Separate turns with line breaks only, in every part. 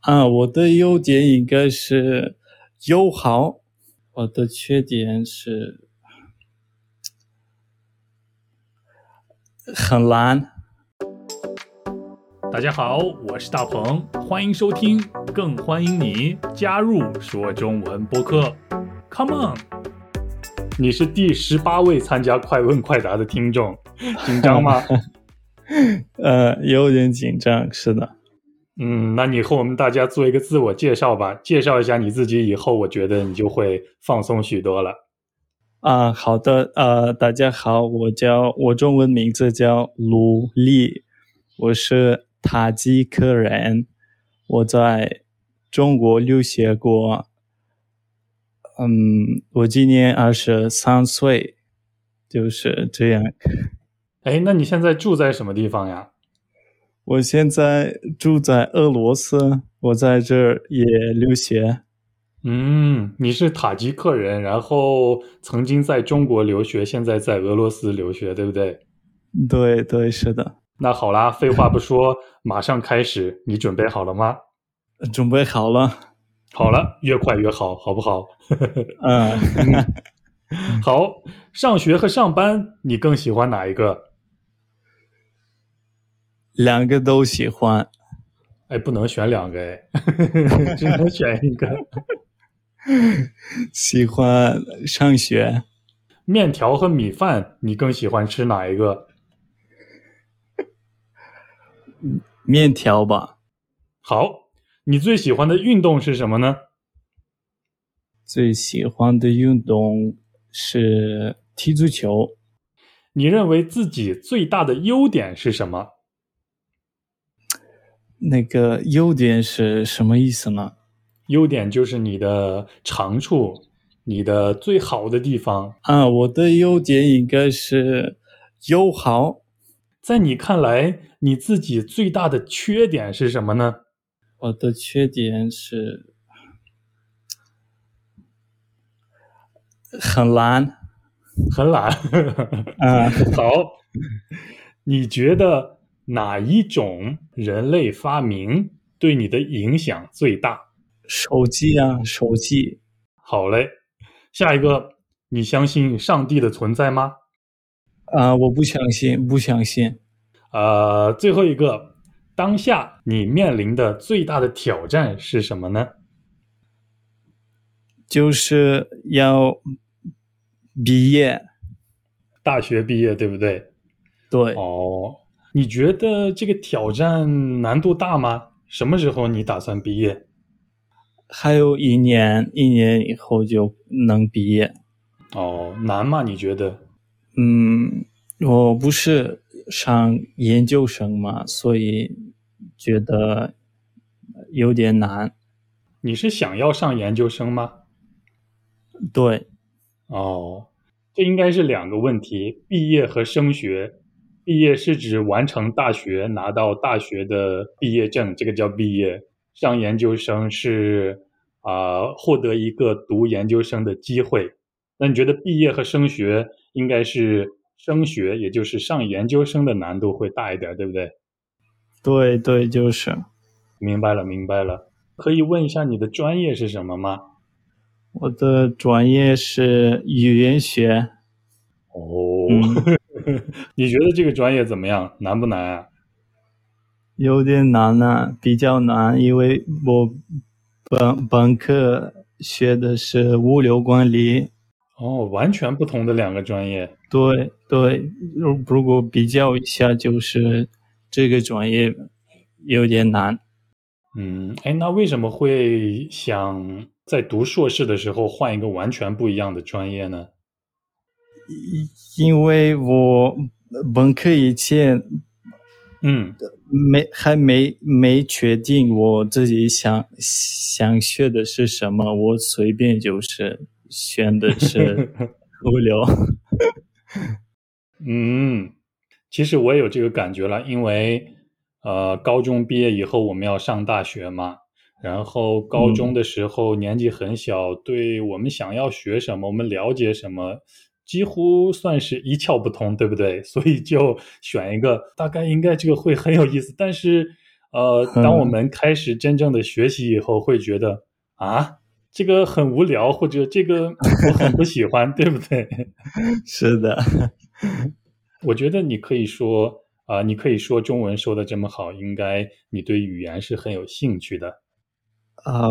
啊，我的优点应该是友好，我的缺点是很懒。
大家好，我是大鹏，欢迎收听，更欢迎你加入说中文播客。Come on！你是第十八位参加快问快答的听众，紧张吗？
呃，有点紧张，是的。
嗯，那你和我们大家做一个自我介绍吧，介绍一下你自己，以后我觉得你就会放松许多了。
啊，好的，呃，大家好，我叫我中文名字叫卢丽，我是塔吉克人，我在中国留学过。嗯，我今年二十三岁，就是这样。
哎，那你现在住在什么地方呀？
我现在住在俄罗斯，我在这儿也留学。
嗯，你是塔吉克人，然后曾经在中国留学，现在在俄罗斯留学，对不对？
对对，是的，
那好啦，废话不说，马上开始，你准备好了吗？
准备好了。
好了，越快越好，好不好？
嗯，
好，上学和上班，你更喜欢哪一个？
两个都喜欢。
哎，不能选两个，哎， 只能选一个。
喜欢上学，
面条和米饭，你更喜欢吃哪一个？
面条吧。
好，你最喜欢的运动是什么呢？
最喜欢的运动是踢足球。
你认为自己最大的优点是什么？
那个优点是什么意思呢？
优点就是你的长处，你的最好的地方。
啊，我的优点应该是友好。
在你看来，你自己最大的缺点是什么呢？
我的缺点是很懒。
很懒。
啊，
好，你觉得哪一种人类发明对你的影响最大？
手机啊，手机。
好嘞，下一个，你相信上帝的存在吗？
啊，我不相信，不相信。
呃，最后一个，当下你面临的最大的挑战是什么呢？
就是要毕业。
大学毕业，对不对？
对，
哦，你觉得这个挑战难度大吗？什么时候你打算毕业？
还有一年，一年以后就能毕业。
哦，难吗？你觉得？
嗯，我不是上研究生嘛，所以觉得有点难。
你是想要上研究生吗？
对，
哦，这应该是两个问题：毕业和升学。毕业是指完成大学，拿到大学的毕业证，这个叫毕业。上研究生是啊、获得一个读研究生的机会。那你觉得毕业和升学应该是升学，也就是上研究生的难度会大一点，对不对？
对，对，就是
明白了，明白了。可以问一下你的专业是什么吗？
我的专业是语言学，
哦
嗯
你觉得这个专业怎么样？难不难啊？
有点难啊，比较难，因为我本本科学的是物流管理。
哦，完全不同的两个专业。
对对，如如果比较一下，就是这个专业有点难。
嗯，哎，那为什么会想在读硕士的时候换一个完全不一样的专业呢？
因为我本科以前
嗯，
没还没没确定我自己想想学的是什么，我随便就是选的是物流。
嗯，其实我也有这个感觉了，因为呃，高中毕业以后我们要上大学嘛，然后高中的时候年纪很小，对我们想要学什么，我们了解什么，几乎算是一窍 不通，对不对？所以就选一个大概应该这个会很有意思，但是呃，当我们开始真正的学习以后，会觉得啊，这个很无聊，或者这个我很不喜欢，对不对？
是的，
我觉得你可以说啊、你可以说中文说的这么好，应该你对语言是很有兴趣的。
啊、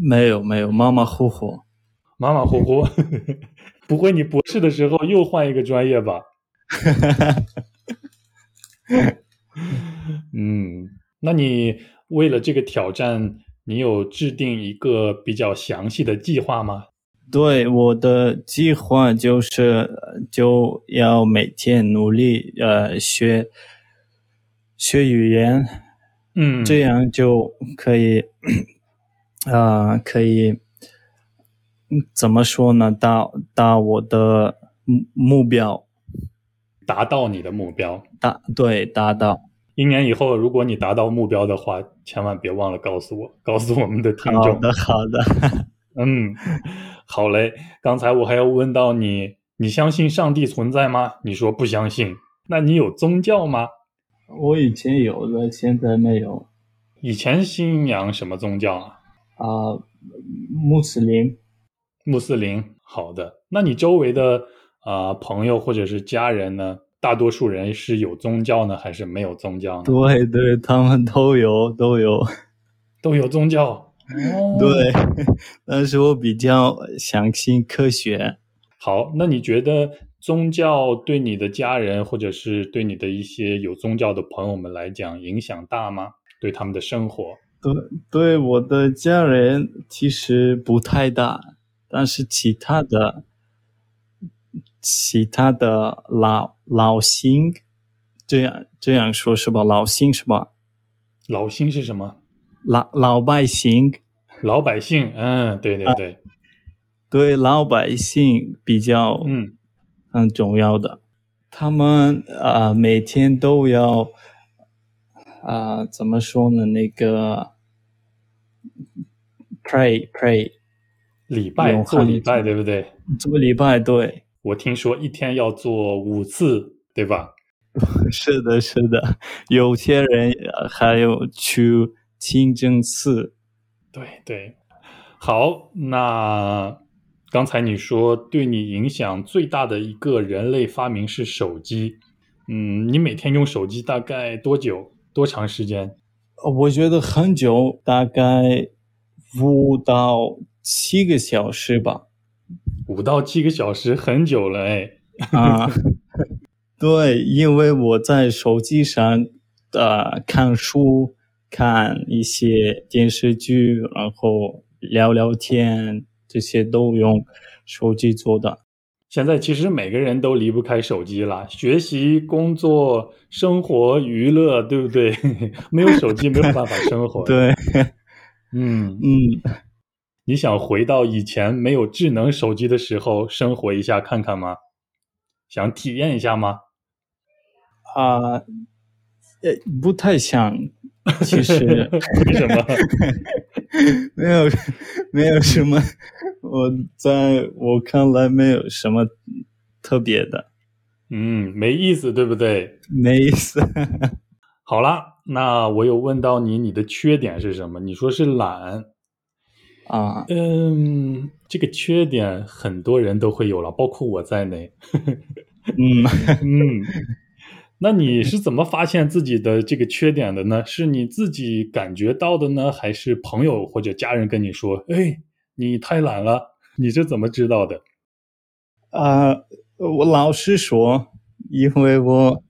没有没有，马马虎虎。
马马虎 虎，不会你博士的时候又换一个专业吧？ 嗯，那你为了这个挑战，你有制定一个比较详细的计划吗？
对，我的计划就是呃就要每天努力呃学学语言，
嗯，
这样就可以 啊、呃可以嗯怎么说呢？到到我的目目标
达到你的目标。
达对达到。
一年以后，如果你达到目标的话，千万别忘了告诉我，告诉我们的听
好
众。
的，好的。
嗯，好嘞。刚才我还要问到你，你相信上帝存在吗？你说不相信。那你有宗教吗？
我以前有的，现在没有
以前信仰什么宗教啊？
啊、穆斯林
穆斯林。好的。那你周围的啊、呃朋友或者是家人呢？大多数人是有宗教呢，还是没有宗教呢？
对对，他们都有都有。
都有宗教。哦
对，但是我比较相信科学。
好，那你觉得宗教对你的家人，或者是对你的一些有宗教的朋友们来讲，影响大吗？对他们的生活？
对我的家人其实不太大，但是其他的其他的老老星，这样这样说是吧？老星是吧？
老心是什么？
老老百姓
老百姓。嗯，对对对，
对老百姓比较
嗯
很重要的。他们啊、呃每天都要啊、呃怎么说呢？那个 pray pray
礼拜
有
做
汉
礼
字
拜，对不对？
做礼拜，对，
我听说一天要做五次，对吧？
是的，是的。有些人呃还有去清真寺，
对对。好，那刚才你说对你影响最大的一个人类发明是手机。嗯，你每天用手机大概多久？多长时间？
呃我觉得很久，大概五到七个小时吧。
五到七个小时，很久了哎。
啊，对，因为我在手机上呃看书、看一些电视剧，然后聊聊天，这些都用手机做的。
现在其实每个人都离不开手机啦，学习、工作、生活、娱乐，对不对？ 没有手机没有办法生活。，
对，
嗯，
嗯，
你想回到以前没有智能手机的时候生活一下看看吗？想体验一下吗？
啊、呃，不太想，其实
为什么？
没有没有什么，我在我看来没有什么特别的，
嗯，没意思，对不对？
没意思。
好啦，那我有问到你，你的缺点是什么？你说是懒，
啊，
嗯，这个缺点很多人都会有了，包括我在内。
嗯。
嗯，那你是怎么发现自己的这个缺点的呢？是你自己感觉到的呢，还是朋友或者家人跟你说：“哎，你太懒了？”你是怎么知道的？
啊、我老实说，因为我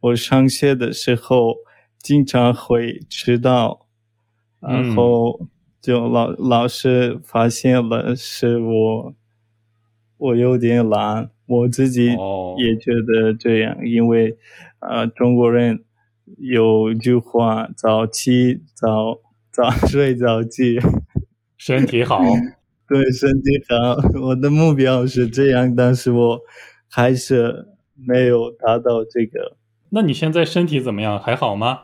我上学的时候经常会迟到，然
嗯
后就老老师发现了是我我有点懒，我自己
哦
也觉得这样，因为呃中国人有句话早起早早睡早起。
身 体好，
对身体好， 我的目标是这样，但是我还是没有达到这个，
那你现在身体怎么样？还好吗？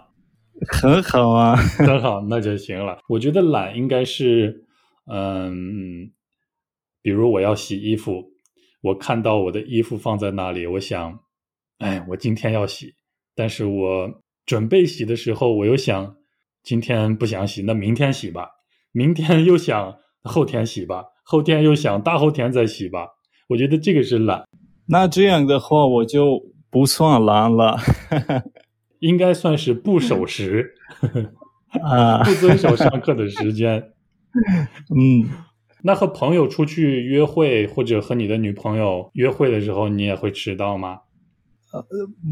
很好啊。
很好，那就行了。我觉得懒应该是，嗯，比如我要洗衣服，我看到我的衣服放在那里，我想，哎，我今天要洗，但是我准备洗的时候，我又想，今天不想洗，那明天洗吧，明天又想后天洗吧，后天又想大后天再洗吧。我觉得这个是懒，
那这样的话我就不算懒了，
应该算是不守时，
啊
不，遵守上课的时间。
嗯，
那和朋友出去约会，或者和你的女朋友约会的时候，你也会迟到吗？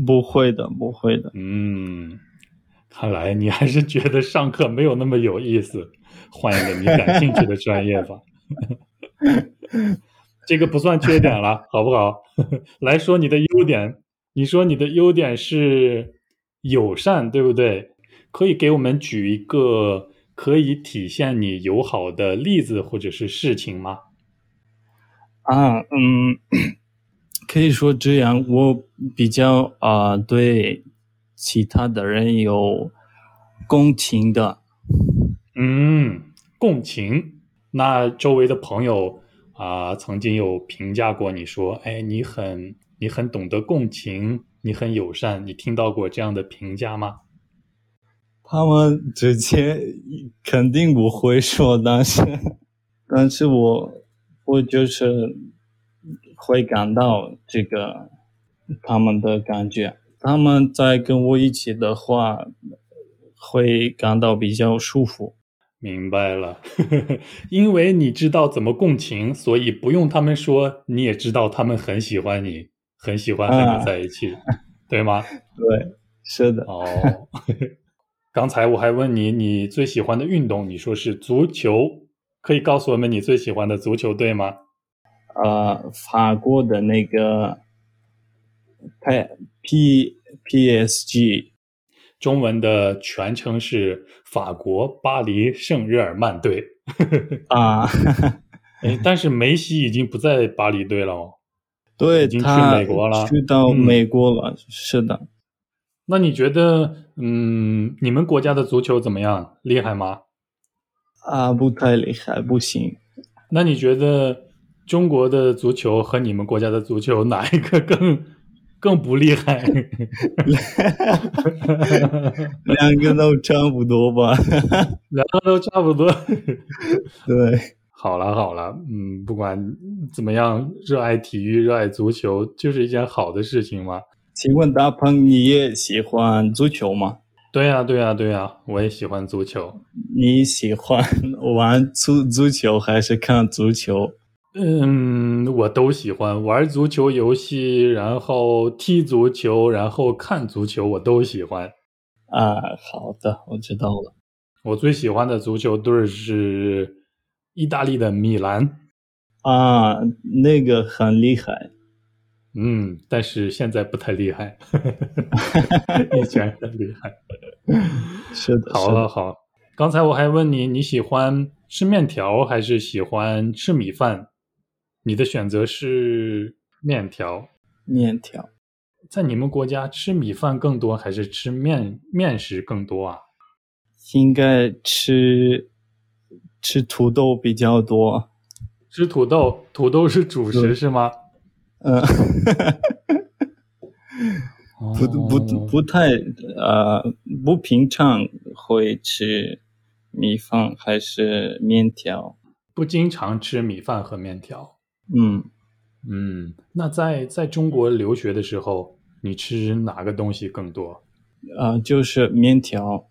不会的，不会的。
嗯，看来你还是觉得上课没有那么有意思，换一个你感兴趣的专业吧。 这个不算缺点了，好不好？来说你的优点，你说你的优点是友善，对不对？可以给我们举一个可以体现你友好的例子或者是事情吗？
啊，嗯， 可以说这样，我比较啊、对其他的人有共情的，
嗯，共情。那周围的朋友啊、曾经有评价过你说：“哎，你很你很懂得共情，你很友善。”你听到过这样的评价吗？
他们直接肯定不会说，但 是，但是我我就是会感到这个他们的感觉，他们在跟我一起的话，会感到比较舒服。
明白了， 因为你知道怎么共情，所以不用他们说，你也知道他们很喜欢你，很喜欢和你在一起，对吗？
对，是的，
哦， 刚才我还问你，你最喜欢的运动，你说是足球，可以告诉我们你最喜欢的足球队吗？
呃，法国的那个 P P S G
中文的全称是法国巴黎圣日耳曼队，
啊，
诶但是梅西已经不在巴黎队了哦。
对
已经去
他
美国了
去到
嗯
美国了，是的。
那你觉得，嗯，你们国家的足球怎么样？厉害吗？
啊，不太厉害，不行。
那你觉得中国的足球和你们国家的足球哪一个更 更不厉害？
两个都差不多吧？
两个都差不多。
对，
好了好了，嗯，不管怎么样，热爱体育、热爱足球就是一件好的事情嘛。
请问大鹏，你也喜欢足球吗？
对呀、对呀、对呀、我也喜欢足球。
你喜欢玩足足球还是看足球？
嗯，我都喜欢玩足球游戏，然后踢足球，然后看足球，我都喜欢。
啊，好的，我知道了。
我最喜欢的足球队是意大利的米兰。
啊，那个很厉害。
嗯，但是现在不太厉害，以前很厉害。
是的，
好啊
是的
了好，刚才我还问你，你喜欢吃面条还是喜欢吃米饭？你的选择是面条。
面条
在你们国家吃米饭更多还是吃面面食更多啊？
应该吃吃土豆比较多。
吃土豆，土豆是主食
对
是吗？
嗯，不不
哦
不太呃不平常会吃米饭还是面条。
不经常吃米饭和面条。
嗯，
嗯，那在在中国留学的时候，你吃哪个东西更多？
啊、就是面条。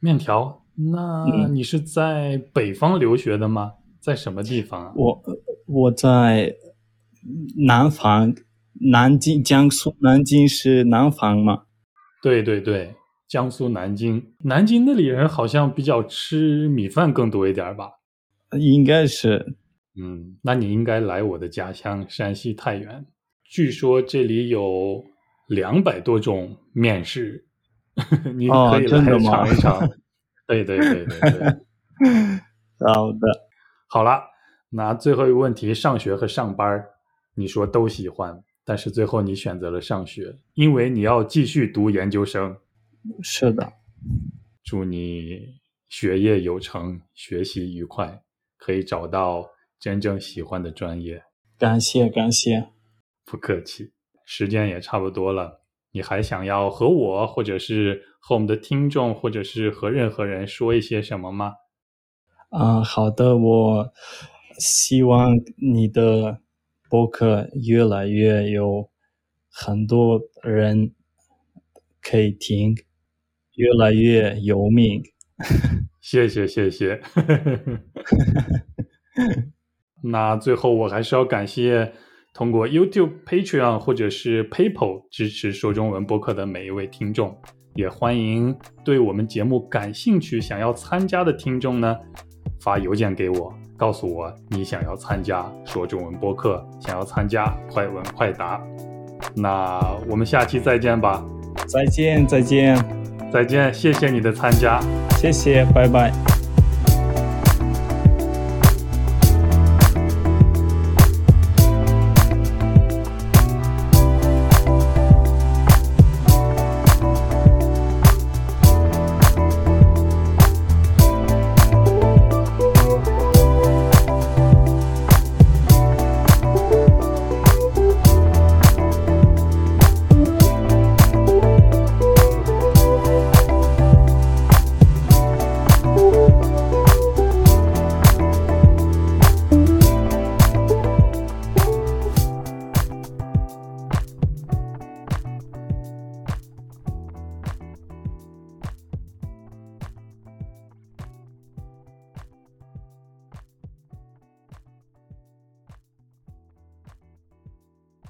面条？那
嗯
你是在北方留学的吗？在什么地方啊？
我我在南方，南京，江苏南京是南方嘛？
对对对，江苏南京，南京那里人好像比较吃米饭更多一点吧。
应该是
嗯，那你应该来我的家乡山西太原，据说这里有两百多种面食， 你
哦
可以
真
来
的吗
尝一 尝。对对对对对。
好呃的。
好了，那最后一个问题，上学和上班儿，你说都喜欢，但是最后你选择了上学，因为你要继续读研究生。
是的，
祝你学业有成，学习愉快，可以找到真正喜欢的专业。
感谢感谢。
不客气，时间也差不多了，你还想要和我，或者是和我们的听众，或者是和任何人说一些什么吗？
啊、好的，我希望你的博客越来越有很多人可以听，越来越有名。
谢谢，谢谢。 那最后我还是要感谢通过 YouTube、Patreon 或者是 PayPal 支持说中文播客的每一位听众，也欢迎对我们节目感兴趣、想要参加的听众呢，发邮件给我，告诉我你想要参加说中文播客，想要参加快问快答。那我们下期再见吧，
再见，再见，
再见，谢谢你的参加。
谢谢，拜拜。